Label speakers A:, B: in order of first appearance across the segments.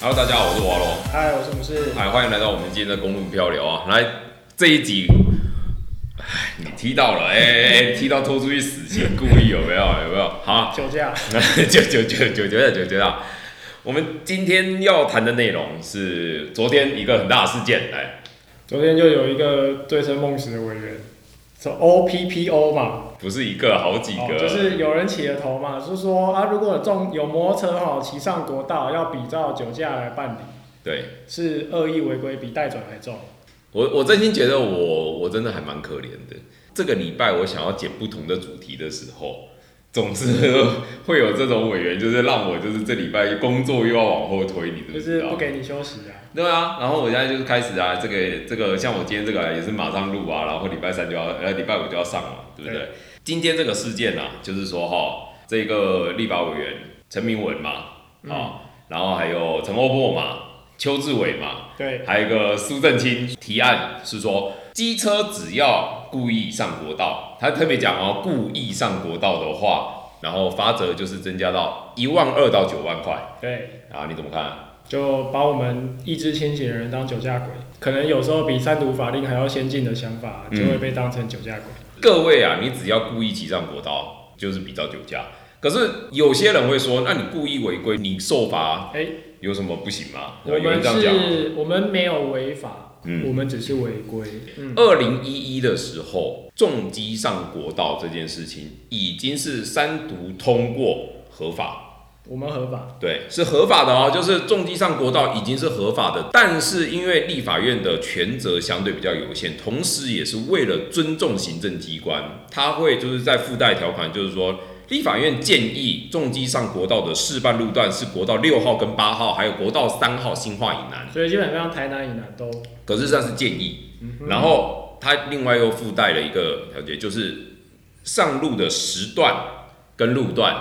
A: Hello，大家好，我是华龙，
B: 嗨，我是武士。
A: 哎，欢迎来到我们今天的公路漂流啊！来这一集，哎，你踢到了，哎哎哎，踢到拖出去死刑，故意有没有？有没有？好，
B: 酒驾，
A: 九九九九九九九啊！我们今天要谈的内容是昨天一个很大的事件，哎，
B: 昨天就有一个醉生梦死的委员，是 O P P O 嘛，
A: 不是一个，好几
B: 哦
A: 个，
B: 就是有人起了头嘛，就是说啊，如果有中有摩托车哈骑上国道，要比照酒驾来办理，
A: 对
B: 是恶意违规，比带转还重。
A: 我，我真心觉得我我真的还蛮可怜的。这个礼拜我想要剪不同的主题的时候，总是 会有这种委员，就是让我就是这礼拜工作又要往后推，你知不
B: 就
A: 知
B: 是
A: 道？
B: 不给你休息啊，
A: 对啊，然后我现在就是开始啊，这个这个像我今天这个也是马上录啊，然后礼拜三就要呃礼拜五就要上嘛，对不对？今天这个事件啊，就是说哈，这个立法委员陈明文嘛，
B: 嗯
A: 啊、然后还有陈欧珀嘛，邱志伟嘛，
B: 对，
A: 还有一个苏正清提案是说，机车只要故意上国道，他特别讲哦，故意上国道的话，然后罚则就是增加到一万二到九万块
B: 对，
A: 啊，你怎么看啊？
B: 就把我们意志清醒的人当酒驾鬼，可能有时候比三毒法令还要先进的想法，
A: 嗯
B: 就会被当成酒驾鬼。
A: 各位啊，你只要故意骑上国道，就是比较酒驾。可是有些人会说，那你故意违规，你受罚
B: 哎、
A: 有什么不行吗？
B: 我
A: 有人
B: 们
A: 这样讲吗。
B: 是，我们没有违法，
A: 嗯
B: 我们只是违规。嗯，
A: 二零一一的时候，重机上国道这件事情已经是三读通过合法，
B: 我们合法。
A: 对，是合法的哦，就是重机上国道已经是合法的，但是因为立法院的权责相对比较有限，同时也是为了尊重行政机关，它会就是在附带条款，就是说立法院建议重机上国道的示范路段是国道六号跟八号，还有国道三号新化以南，
B: 所以基本上台南以南都
A: 可是这是建议，然后它另外又附带了一个条件，就是上路的时段跟路段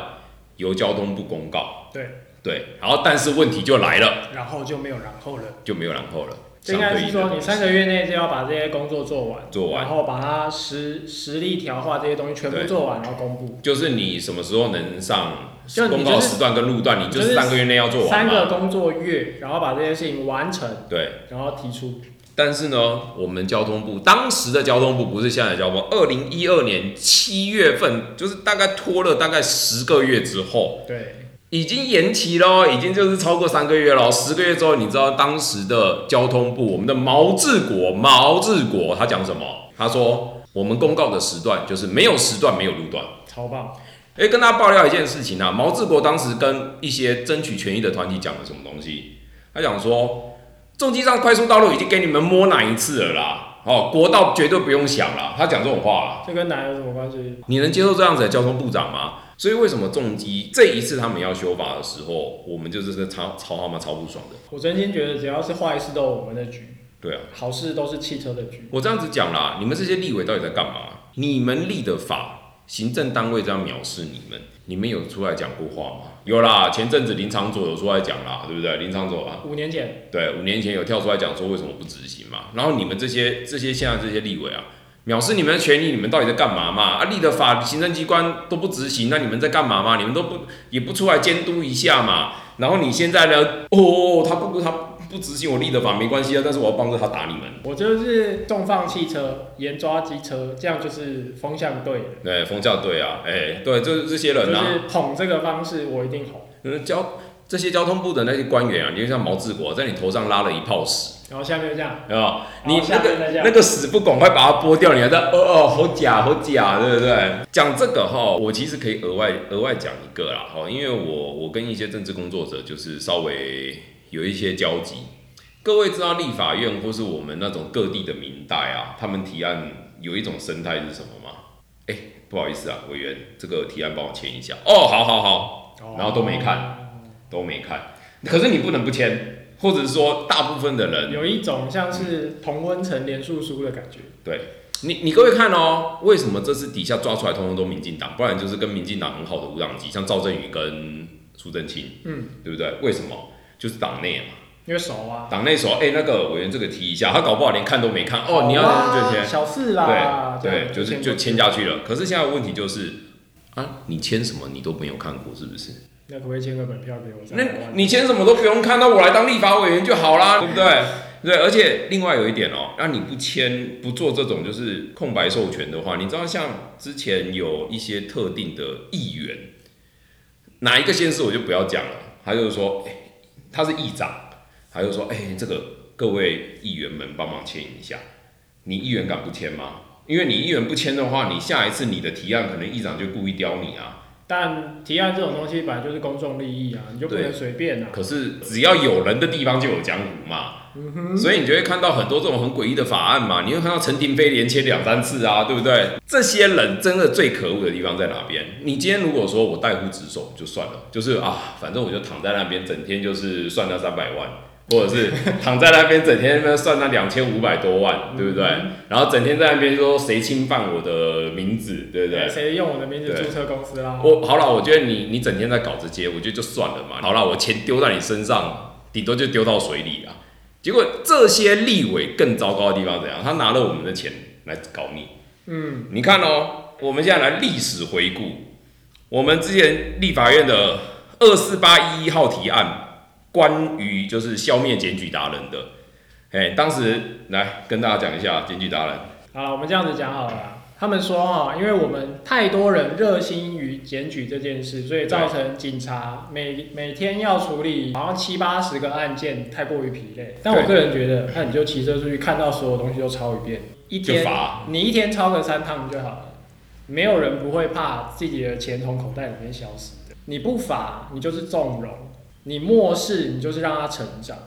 A: 由交通部公告。
B: 对，
A: 对，然后但是问题就来了。
B: 然后就没有然后了。
A: 就没有然后了。
B: 这应该
A: 相对应
B: 是说
A: 的
B: 你三个月内就要把这些工作做完，
A: 做完
B: 然后把它实实力调化这些东西全部
A: 对
B: 做完，然后公布。
A: 就是你什么时候能上
B: 就
A: 公
B: 你
A: 告时段跟路段，你就
B: 就是是
A: 三个月内要做完
B: 三个
A: 嘛。
B: 工作月，然后把这些事情完成，
A: 对，
B: 然后提出。
A: 但是呢，我们交通部当时的交通部不是现在的交通部，二零一二年七月份，就是大概拖了大概十个月之后，
B: 对，
A: 已经延期喽，已经就是超过三个月喽。十个月之后，你知道当时的交通部，我们的毛治国，毛治国他讲什么？他说我们公告的时段就是没有时段，没有路段。
B: 超棒。
A: 哎，跟大家爆料一件事情啊，毛志国当时跟一些争取权益的团体讲了什么东西？他讲说，重机上快速道路已经给你们摸哪一次了啦，哦，国道绝对不用想啦。他讲这种话啦，
B: 这跟南有什么关系？
A: 你能接受这样子的交通部长吗？所以为什么重机这一次他们要修法的时候，我们就是真的超超他妈超不爽的？
B: 我真心觉得只要是坏事都有我们的局，
A: 对啊，
B: 好事都是汽车的局。
A: 我这样子讲啦，你们这些立委到底在干嘛？你们立的法，行政单位这样藐视你们，你们有出来讲过话吗？有啦，前阵子林长佐有出来讲啦，对不对？林长佐啊，
B: 五年前，
A: 对，五年前有跳出来讲说为什么不执行嘛。然后你们这些这些现在这些立委啊，藐视你们的权利，你们到底在干嘛嘛？啊，立的法，行政机关都不执行，那你们在干嘛嘛？你们都不也不出来监督一下嘛？然后你现在呢？哦，他不他不执行我立的法没关系啊，但是我要帮着他打你们。
B: 我就是重放汽车，严抓机车，这样就是风向对了。
A: 对，风教队啊，哎、对，就是这些
B: 就
A: 人啊，
B: 是捧这个方式，我一定红。
A: 呃交这些交通部的那些官员啊，你就像毛治国在你头上拉了一泡屎，
B: 然后下面就这样，
A: 有没有？
B: 然
A: 哦你
B: 后
A: 那
B: 下面
A: 个
B: 再这样，
A: 那个屎不赶快把它剥掉，你还在哦哦，好假好假，对不对？讲这个哈，我其实可以额外额外讲一个啦，哈，因为我我跟一些政治工作者就是稍微有一些交集。各位知道立法院或是我们那种各地的民代啊，他们提案有一种生态是什么吗？哎、不好意思啊，委员，这个提案帮我签一下。哦，好好好，
B: 哦
A: 然后都没看。都没看。可是你不能不签，或者是说大部分的人，
B: 有一种像是同温层连数书的感觉，
A: 对你你各位看哦，为什么这次底下抓出来通通都民进党，不然就是跟民进党很好的无党籍，像赵正宇跟苏贞清，
B: 嗯，
A: 对不对？为什么？就是党内嘛，
B: 因为熟啊。
A: 党内说，哎、那个委员这个提一下，他搞不好连看都没看，哦，你要
B: 哇
A: 就签，
B: 小事啦，这
A: 对，
B: 样
A: 啊就是就签。下去了。可是现在问题就是，啊，你签什么你都没有看过，是不是？
B: 那可不可以签个本票给我？
A: 那
B: 三百万
A: 你钱什么都不用看，那我来当立法委员就好啦，对不对？对，而且另外有一点哦，那你不签不做这种就是空白授权的话，你知道像之前有一些特定的议员，哪一个县市我就不要讲了，他就是说，哎、他是议长，他就说，哎、这个各位议员们帮忙签一下，你议员敢不签吗？因为你议员不签的话，你下一次你的提案可能议长就故意刁你啊。
B: 但提案这种东西本来就是公众利益啊，你就不能随便啊。
A: 可是只要有人的地方就有江湖嘛，所以你就会看到很多这种很诡异的法案嘛，你会看到陈廷飞连签两三次啊，对不对？这些人真的最可恶的地方在哪边？你今天如果说我代护职守就算了，就是啊，反正我就躺在那边，整天就是算那三百万。或者是躺在那边整天在那边算那两千五百多万，对不对？然后整天在那边说谁侵犯我的名字，对不对？
B: 谁用我的名字注册公司啦？
A: 我好了，我觉得你你整天在搞这些，我觉得就算了嘛。好了，我钱丢在你身上，顶多就丢到水里啊。结果这些立委更糟糕的地方怎样？他拿了我们的钱来搞你。
B: 嗯，
A: 你看哦，我们现在来历史回顾，我们之前立法院的二四八一一号提案，关于就是消灭检举达人的，哎，当时来跟大家讲一下检举达人，
B: 好了，我们这样子讲好了啦。他们说哈，因为我们太多人热心于检举这件事，所以造成警察每每天要处理好像七八十个案件，太过于疲累。但我个人觉得，那你就骑车出去，看到所有东西都抄一遍，一
A: 就
B: 天
A: 罚
B: 你一天抄个三趟就好了。没有人不会怕自己的钱从口袋里面消失的。你不罚，你就是纵容；你漠视，你就是让它成长。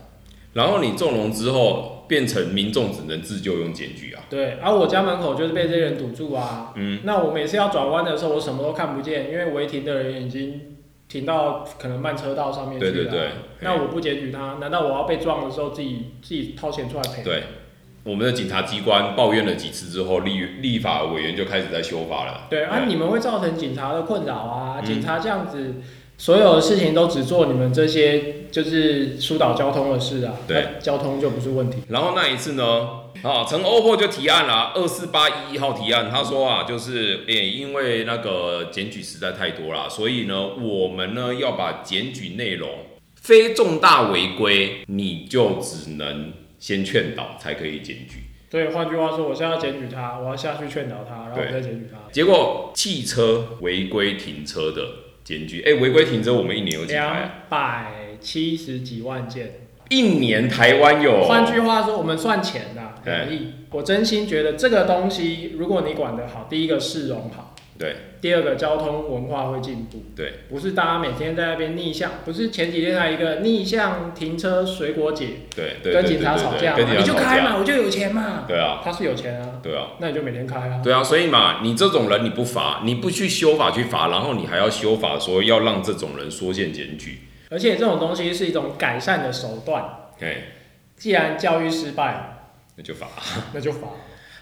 A: 然后你纵容之后变成民众只能自救用检举啊。
B: 对，而、我家门口就是被这些人堵住啊。
A: 嗯，
B: 那我每次要转弯的时候，我什么都看不见，因为违停的人已经停到可能慢车道上面去
A: 对
B: 了。
A: 对对，
B: 那
A: 嘿
B: 我不检举他，难道我要被撞的时候自己自己掏钱出来赔？
A: 对我们的警察机关抱怨了几次之后，立立法委员就开始在修法了。
B: 对啊，
A: 嗯
B: 你们会造成警察的困扰啊！
A: 嗯
B: 警察这样子，所有的事情都只做你们这些就是疏导交通的事啊，
A: 对，
B: 交通就不是问题。
A: 然后那一次呢，啊，陈欧珀就提案了，二四八一号提案，他说啊，就是诶、因为那个检举实在太多了，所以呢，我们呢要把检举内容非重大违规，你就只能先劝导才可以检举。
B: 所以换句话说，我现在要检举他，我要下去劝导他，然后我再检举他。
A: 结果汽车违规停车的检举，诶、违规停车我们一年有几台啊、
B: 两百七十几万件，
A: 一年台湾有，
B: 换句话说，我们算钱的、啊，
A: 哦对
B: 两亿。我真心觉得这个东西，如果你管得好，第一个市容好，
A: 对
B: 第二个交通文化会进步。
A: 对，
B: 不是大家每天在那边逆向，不是前几天还有一个逆向停车水果姐
A: 对对，
B: 跟
A: 对
B: 警察
A: 对对
B: 吵
A: 对
B: 架
A: 跟
B: 嘛，
A: 警察
B: 你
A: 吵
B: 就开
A: 架，
B: 嘛，我就有钱嘛，
A: 对啊，
B: 他是有钱啊，
A: 对啊，
B: 那你就每天开啊，
A: 对啊，所以嘛，你这种人你不罚，你不去修法去罚，然后你还要修法说要让这种人缩限检举，
B: 而且这种东西是一种改善的手段，
A: 哎，
B: 既然教育失败，
A: 那就罚。
B: 那就罚，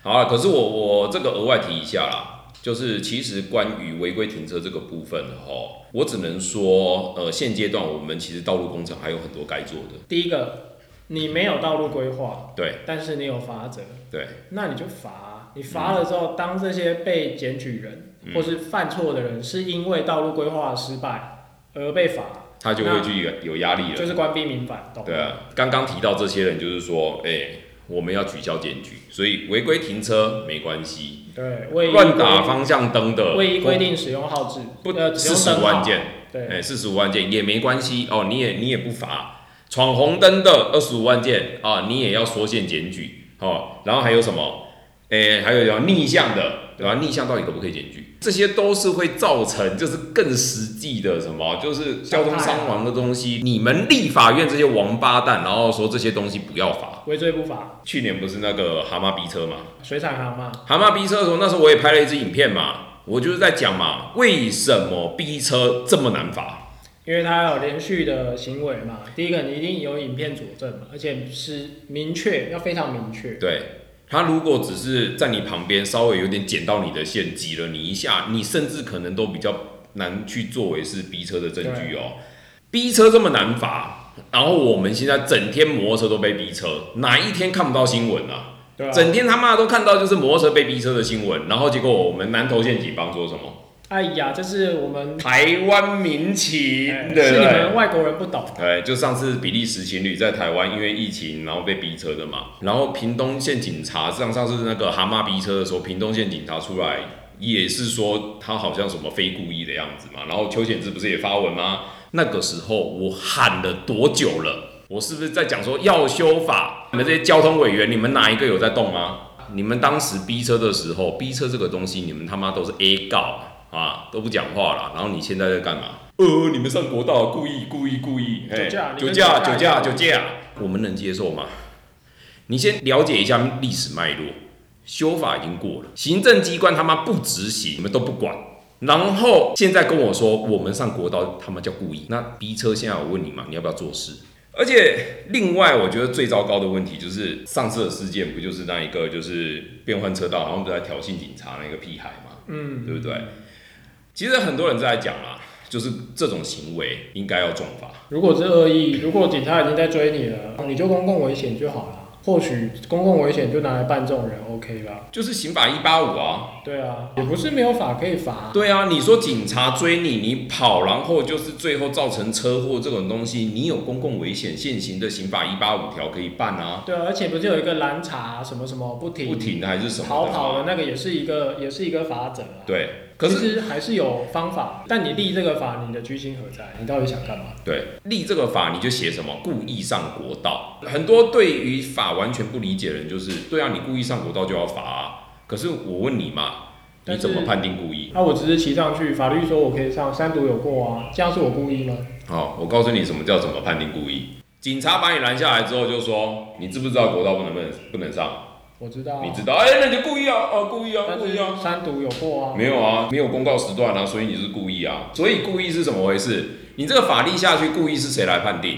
A: 好啊，可是我我这个额外提一下啦，就是其实关于违规停车这个部分哦，我只能说，呃，现阶段我们其实道路工程还有很多该做的，
B: 第一个你没有道路规划，
A: 对
B: 但是你有法则，
A: 对，
B: 那你就罚啊，你罚了之后，当这些被检举人
A: 嗯
B: 或是犯错的人是因为道路规划失败而被罚，
A: 他就会去有有压力了，
B: 就是官逼民反，懂
A: 嗯
B: 吗
A: 对啊，刚刚提到这些人，就是说，哎、我们要取消检举，所以违规停车没关系，
B: 对，未依
A: 乱打方向灯的
B: 规未依规定使用号志，
A: 不
B: 呃，
A: 四
B: 使用
A: 十
B: 灯
A: 五万
B: 号，
A: 件，
B: 对，
A: 哎，四十五万件也没关系哦，你也你也不罚，闯红灯的二十五万件啊，你也要缩限检举哦，然后还有什么？哎，还有要逆向的，对吧？逆向到底可不可以检举？这些都是会造成就是更实际的什么，就是交通伤亡的东西。你们立法院这些王八蛋，然后说这些东西不要罚。
B: 违追不罚，
A: 去年不是那个蛤蟆逼车嘛？
B: 水产行嘛，
A: 蛤蟆逼车的时候，那时候我也拍了一支影片嘛，我就是在讲嘛，为什么逼车这么难罚？
B: 因为它有连续的行为嘛。第一个，你一定有影片佐证嘛，而且是明确，要非常明确。
A: 对，他如果只是在你旁边稍微有点捡到你的线，挤了你一下，你甚至可能都比较难去作为是逼车的证据哦。逼车这么难罚，然后我们现在整天摩托车都被逼车，哪一天看不到新闻啊？
B: 对啊，
A: 整天他妈都看到就是摩托车被逼车的新闻，然后结果我们南投县警方说什么？
B: 哎呀，这是我 们，
A: 台湾民情，
B: 哎
A: 对
B: 是
A: 不
B: 你
A: 对？
B: 们外国人不懂。
A: 哎，就上次比利时情侣在台湾因为疫情，然后被逼车的嘛。然后屏东县警察，上上次那个蛤蟆逼车的时候，屏东县警察出来也是说他好像什么非故意的样子嘛。然后邱显志不是也发文吗？那个时候我喊了多久了？我是不是在讲说要修法？你们这些交通委员，你们哪一个有在动吗？你们当时逼车的时候，逼车这个东西，你们他妈都是 A 告啊，都不讲话了。然后你现在在干嘛？呃，你们上国道故意故意故意，嘿
B: 酒驾你
A: 酒
B: 们
A: 驾酒
B: 酒驾
A: 驾酒驾，我们能接受吗？你先了解一下历史脉络，修法已经过了，行政机关他妈不执行，你们都不管。然后现在跟我说我们上国道他妈叫故意，那逼车现在我问你嘛，你要不要做事？而且另外我觉得最糟糕的问题就是上次的事件不就是那一个就是变换车道，然后就在挑衅警察那个屁孩嘛，
B: 嗯，
A: 对不对？其实很多人在讲啦，就是这种行为应该要重罚。
B: 如果是恶意，如果警察已经在追你了，你就公共危险就好了。或许公共危险就拿来办这种人，OK 吧？
A: 就是刑法一八五啊，
B: 对啊，也不是没有法可以罚啊、
A: 对啊，你说警察追你，你跑，然后就是最后造成车祸这种东西，你有公共危险，现行的刑法一八五条可以办啊，
B: 对啊，而且不是有一个拦查什么什么不停
A: 不停还是什么
B: 逃
A: 的
B: 跑的
A: 嘛
B: 那个也是一个也是一个法则啊。
A: 对，可是
B: 其实还是有方法，但你立这个法，你的居心何在？你到底想干嘛？
A: 对立这个法，你就写什么故意上国道。很多对于法完全不理解的人，就是对啊，你故意上国道就要罚啊。可是我问你嘛，你
B: 但是
A: 怎么判定故意？
B: 啊那、我只是骑上去，法律说我可以上，三读有过啊，这样是我故意吗？
A: 好，哦我告诉你什么叫怎么判定故意。警察把你拦下来之后，就说你知不知道国道不能不能不能上？
B: 我知道、啊，
A: 你知道？哎、那你就故意啊，哦、故意啊，
B: 但
A: 故意啊。
B: 是三读有过啊，
A: 没有啊，没有公告时段啊，所以你是故意啊。所以故意是怎么回事？你这个法律下去，故意是谁来判定？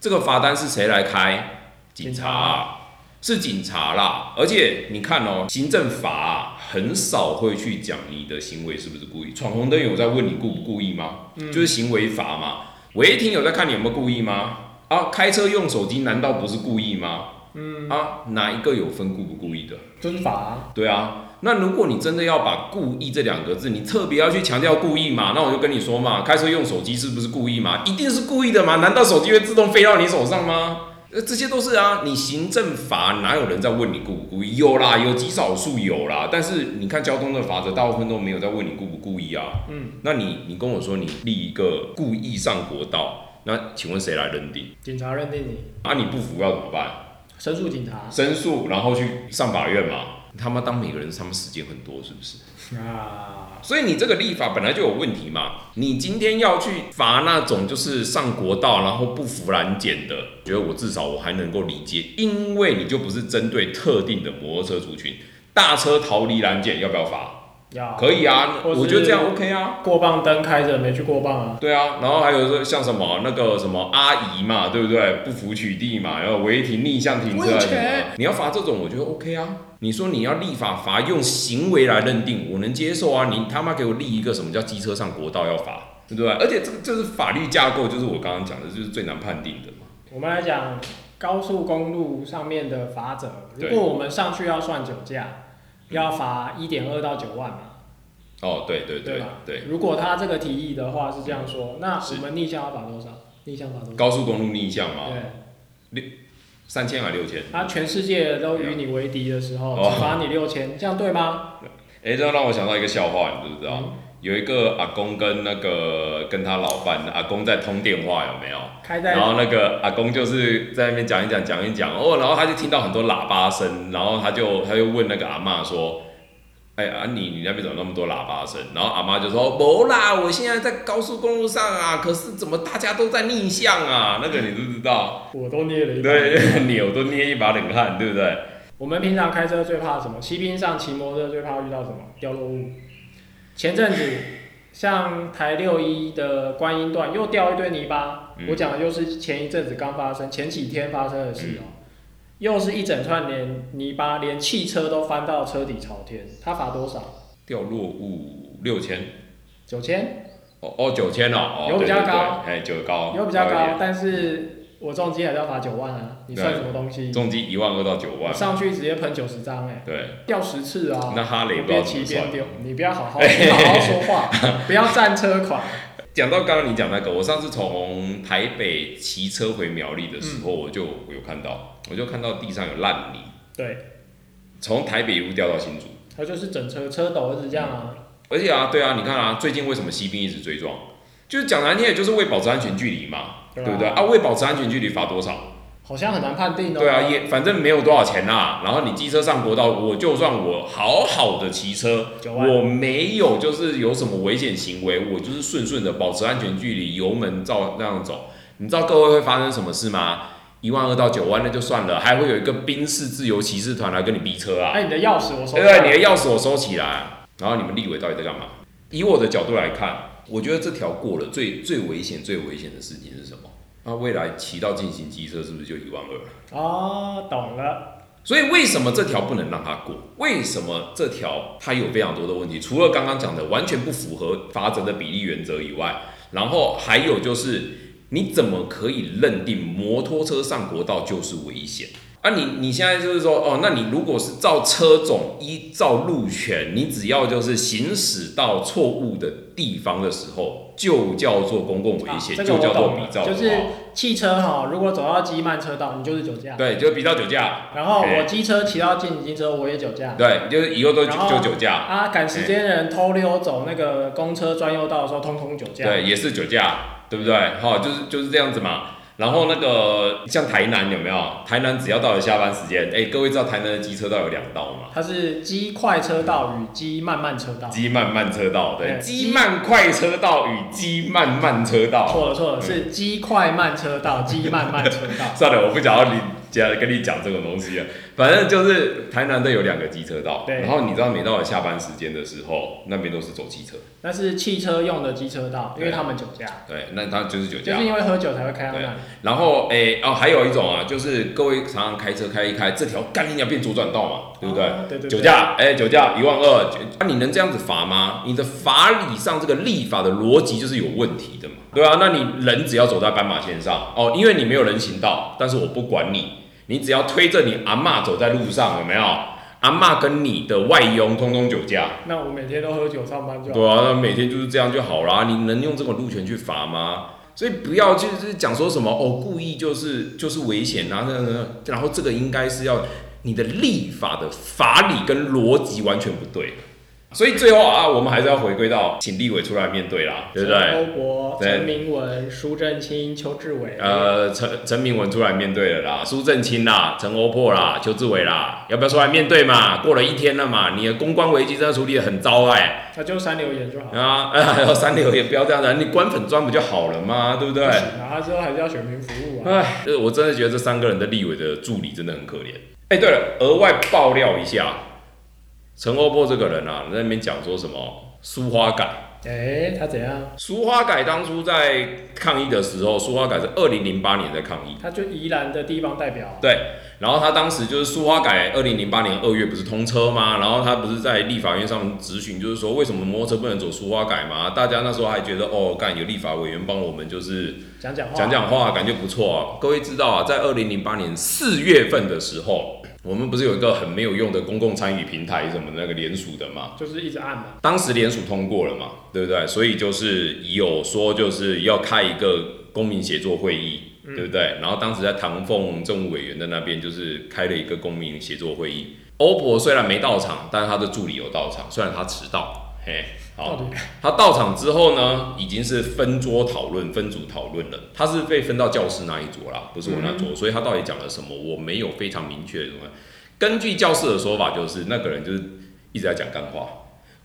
A: 这个罚单是谁来开？警察、啊，是警察啦。而且你看哦，行政法啊、很少会去讲你的行为是不是故意。闯红灯有在问你故不故意吗？就是行为法嘛。违停有在看你有没有故意吗？啊，开车用手机难道不是故意吗？嗯啊，哪一个有分故不故意的？
B: 就是法啊，
A: 对啊，那如果你真的要把故意这两个字，你特别要去强调故意嘛，那我就跟你说嘛，开车用手机是不是故意嘛？一定是故意的嘛？难道手机会自动飞到你手上吗？呃，这些都是啊，你行政法哪有人在问你故不故意？有啦，有极少数有啦，但是你看交通的法则，大部分都没有在问你故不故意啊。
B: 嗯，
A: 那你你跟我说你立一个故意上国道，那请问谁来认定？
B: 警察认定你，
A: 啊，你不服要怎么办？
B: 申诉警察
A: 申诉，然后去上法院嘛？他妈当每个人他们时间很多是不是？
B: 啊，
A: 所以你这个立法本来就有问题嘛，你今天要去罚那种就是上国道然后不服拦检的，觉得我至少我还能够理解，因为你就不是针对特定的摩托车族群，大车逃离拦检要不要罚？
B: 要
A: 可以啊，
B: 或是
A: 我觉得这样 OK 啊。
B: 过磅灯开着没去过磅啊，
A: 对啊，然后还有说像什么那个什么阿姨嘛，对不对？不服取缔嘛，然后违停逆向停车啊
B: 我以
A: 什么
B: 前
A: 的，你要罚这种，我觉得 OK 啊。你说你要立法罚用行为来认定，我能接受啊。你他妈给我立一个什么叫机车上国道要罚，对不对？而且这个就是法律架构，就是我刚刚讲的，就是最难判定的嘛。
B: 我们来讲高速公路上面的罚则，如
A: 对
B: 果我们上去要算酒驾，要罚一点二到九万嘛。
A: 哦，对对对
B: 对吧
A: 对，
B: 如果他这个提议的话是这样说，那
A: 是
B: 我们逆向要罚多少？逆向罚多少？
A: 高速公路逆向嘛，
B: 对，
A: 三千还六千？
B: 他全世界都与你为敌的时候，
A: 啊哦
B: 只罚你六千，这样对吗？
A: 哎，这让我想到一个笑话，你知不知道？有一个阿公跟那个跟他老伴，阿公在通电话，有没有？
B: 开在
A: 然后那个阿公就是在那边讲一讲讲一讲哦，然后他就听到很多喇叭声，然后他就他就问那个阿嬷说：“哎啊你你那边怎么那么多喇叭声？”然后阿嬷就说：“没啦，我现在在高速公路上啊，可是怎么大家都在逆向啊？那个你知不知道？
B: 我都捏了一把。
A: 对，扭都捏一把冷汗，对不对？
B: 我们平常开车最怕什么？骑兵上骑摩托车最怕遇到什么？掉落物。前阵子像台六一的观音段又掉一堆泥巴，
A: 嗯
B: 我讲的又是前一阵子刚发生，前几天发生的
A: 嗯
B: 事哦、又是一整串连泥巴，连汽车都翻到车底朝天，他罚多少？
A: 掉落物六千，
B: 九千，
A: 哦哦九千哦，哦
B: 有比较
A: 对对对
B: 高
A: 哎九高，
B: 有比较
A: 一点
B: 高，但是我重击还是要罚九万啊，你算什么东西？
A: 重击一万二到九
B: 我
A: 万，
B: 上去直接喷九十张哎，
A: 对，
B: 掉十次啊！
A: 那哈雷不知道
B: 边
A: 怎
B: 骑
A: 么
B: 边
A: 算。
B: 丢，你不要好好，你好好说 话，不要占车款。
A: 讲到刚刚你讲那个，我上次从台北骑车回苗栗的时候，我就有看到，我就看到地上有烂泥，
B: 对，
A: 从台北一路掉到新竹。
B: 他就是整车车斗一直这样啊，
A: 而且啊，对啊，你看啊，最近为什么西兵一直追撞？就是讲难听，也就是为保持安全距离嘛，
B: 对
A: 对
B: 啊
A: 不对啊？为保持安全距离罚多少？
B: 好像很难判定哦。
A: 对啊，也反正没有多少钱啦、然后你机车上国道，我就算我好好的骑车，
B: 九万
A: 我没有就是有什么危险行为，我就是顺顺的保持安全距离，油门照那样走。你知道各位会发生什么事吗？一万二到九万那就算了，还会有一个宾士自由骑士团来跟你逼车啊！
B: 哎，你的钥匙我收
A: 对
B: 到
A: 对，你的钥匙我收起来。然后你们立委到底在干嘛？以我的角度来看，我觉得这条过了最最危险、最危险的事情是什么？那未来骑到进行机车是不是就一万二了？
B: 哦，懂了，
A: 所以为什么这条不能让它过？为什么这条它有非常多的问题？除了刚刚讲的完全不符合法则的比例原则以外，然后还有就是你怎么可以认定摩托车上国道就是危险？啊你，你现在就是说，哦，那你如果是照车种依照路权，你只要就是行驶到错误的地方的时候，就叫做公共危
B: 啊
A: 险，
B: 这个
A: 就
B: 我
A: 叫做
B: 懂
A: 比
B: 了，
A: 照的
B: 就是
A: 话
B: 汽车哈，如果走到机慢车道，你就是酒驾。
A: 对，就比照酒驾，
B: 然后
A: 哎
B: 我机车骑到进机车，我也酒驾。
A: 对，就是以后都就
B: 然后
A: 就酒驾，
B: 啊，赶时间的人偷溜走那个公车专用道的时候，通通酒驾。
A: 对，也是酒驾，对不对？哈、就是就是这样子嘛。然后那个像台南有没有？台南只要到了下班时间，哎，各位知道台南的机车道有两道吗？
B: 它是机快车道与机慢慢车道。
A: 机慢慢车道，对，
B: 对
A: 机慢快车道与机慢慢车道。
B: 哦错了错了，是机快慢车 道，机慢慢车道。
A: 算了，我不想要你讲跟你讲这种东西了。反正就是台南的有两个机车道，
B: 对
A: 然后你知道每到了下班时间的时候，那边都是走汽车，
B: 那是汽车用的机车道，因为
A: 对
B: 他们酒驾，
A: 对，那它就是酒驾。
B: 就是因为喝酒才会开到那里。
A: 然后诶、哦，还有一种啊，就是各位常常开车开一开，这条干你娘变左转道嘛，对不对？
B: 哦对对对
A: 酒驾，诶，酒驾一万二，那、你能这样子罚吗？你的法理上这个立法的逻辑就是有问题的嘛，对啊，那你人只要走在斑马线上，哦，因为你没有人行道，但是我不管你，你只要推着你阿嬷走在路上，有没有？阿嬷跟你的外佣通通酒驾，
B: 那我每天都喝酒上班就好。
A: 对啊，那每天就是这样就好啦。你能用这种路权去罚吗？所以不要就是讲说什么哦，故意就是就是危险啊，那那然后这个应该是要你的立法的法理跟逻辑完全不对。所以最后啊，我们还是要回归到请立委出来面对啦，对不对？
B: 陈欧博、
A: 对
B: 陈明文、苏正清、邱志伟，
A: 呃，陈陈明文出来面对了啦，苏正清啦，陈欧珀啦，邱志伟啦，要不要出来面对嘛？过了一天了嘛，你的公关危机真的处理的很糟哎、
B: 那就删留言就好。
A: 啊，呃，还有三流也不要这样子啊，你关粉砖不就好了吗？对不对嗯
B: 不？行啊，他之后还是要选民服务啊。
A: 唉，就是我真的觉得这三个人的立委的助理真的很可怜。哎、对了，额外爆料一下，陈欧珀这个人啊，在那边讲说什么苏花改，
B: 哎，他怎样？
A: 苏花改当初在抗议的时候，苏花改是二零零八年在抗议，
B: 他就宜兰的地方代表，
A: 对，然后他当时就是苏花改，二零零八年二月不是通车吗？然后他不是在立法院上质询，就是说为什么摩托车不能走苏花改嘛？大家那时候还觉得哦，干有立法委员帮我们就是
B: 讲讲话，
A: 讲讲话，感觉不错啊。各位知道啊，在二零零八年四月份的时候，我们不是有一个很没有用的公共参与平台什么那个联署的嘛？
B: 就是一直按嘛。
A: 当时联署通过了嘛，对不对？所以就是有说就是要开一个公民协作会议，
B: 嗯
A: 对不对？然后当时在唐凤政务委员的那边就是开了一个公民协作会议。欧博虽然没到场，但是他的助理有到场，虽然他迟到，嘿，好
B: 到，底
A: 他到场之后呢，已经是分桌讨论、分组讨论了。他是被分到教师那一桌啦，不是我那桌，所以他到底讲了什么，我没有非常明确的东西。根据教室的说法，就是那个人就是一直在讲干话。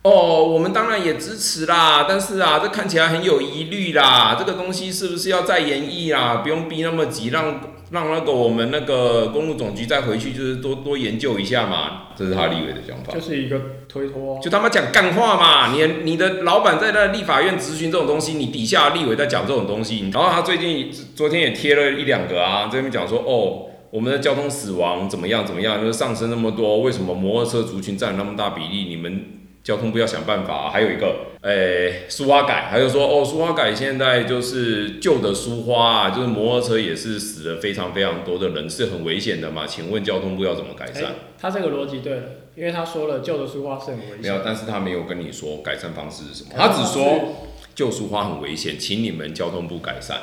A: 哦，我们当然也支持啦，但是啊，这看起来很有疑虑啦，这个东西是不是要再研议啦？不用逼那么急，让让那个我们那个公路总局再回去，就是多多研究一下嘛。这是他立委的想法。
B: 就是一个推脱啊。
A: 就他妈讲干话嘛！你你的老板在那立法院咨询这种东西，你底下立委在讲这种东西，然后他最近昨天也贴了一两个啊，这边讲说哦，我们的交通死亡怎么样怎么样，就是上升那么多，为什么摩托车族群占了那么大比例？你们交通部要想办法、还有一个，诶、苏花改，还有说哦，苏花改现在就是旧的苏花啊，就是摩托车也是死了非常非常多的人，是很危险的嘛？请问交通部要怎么改
B: 哎
A: 善？，
B: 他这个逻辑对了，因为他说了旧的书画是很危
A: 没
B: 险
A: 有，，但是他没有跟你说改善方式是什么，他只说旧苏花很危险，请你们交通部改善。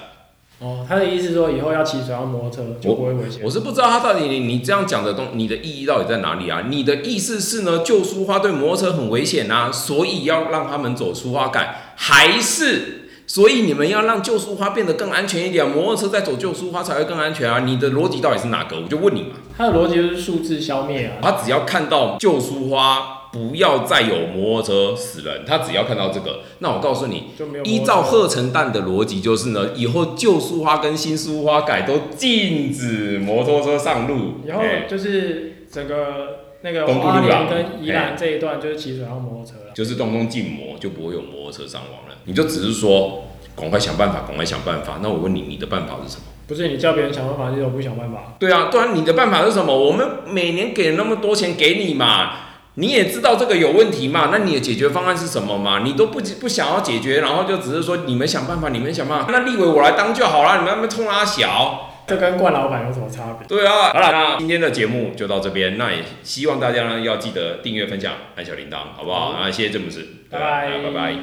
B: 哦，他的意思说以后要骑水上摩托车就不会危险。
A: 我是不知道他到底你你这样讲的东，你的意义到底在哪里啊？你的意思是呢，旧书花对摩托车很危险啊，所以要让他们走书花改，还是所以你们要让旧书花变得更安全一点，摩托车再走旧书花才会更安全啊？你的逻辑到底是哪个？我就问你嘛。
B: 他的逻辑就是数字消灭啊，
A: 他只要看到旧书花不要再有摩托车死人，他只要看到这个，那我告诉你，
B: 就没有摩托车。
A: 依照贺成蛋的逻辑，就是呢，以后旧书花跟新书花改都禁止摩托车上路。
B: 以后
A: 哎
B: 就是整个那个
A: 东部
B: 花
A: 路啊哎
B: 莲
A: 啦
B: 跟宜兰这一段就是骑水上摩托车了。
A: 就是动动禁摩，就不会有摩托车上网了。你就只是说，赶快想办法，赶快想办法。那我问你，你的办法是什么？
B: 不是你叫别人想办法，你怎么不想办法？
A: 对啊，对啊，你的办法是什么？我们每年给了那么多钱给你嘛，你也知道这个有问题嘛，那你的解决方案是什么嘛？你都不不想要解决，然后就只是说你们想办法，你们想办法。那立委我来当就好啦，你们那边冲阿小。
B: 这跟冠老板有什么差别？
A: 对啊，好了，那今天的节目就到这边，那也希望大家呢要记得订阅、分享、按小铃铛，好不好？那谢谢郑姆斯，
B: 拜拜
A: 对啊拜拜。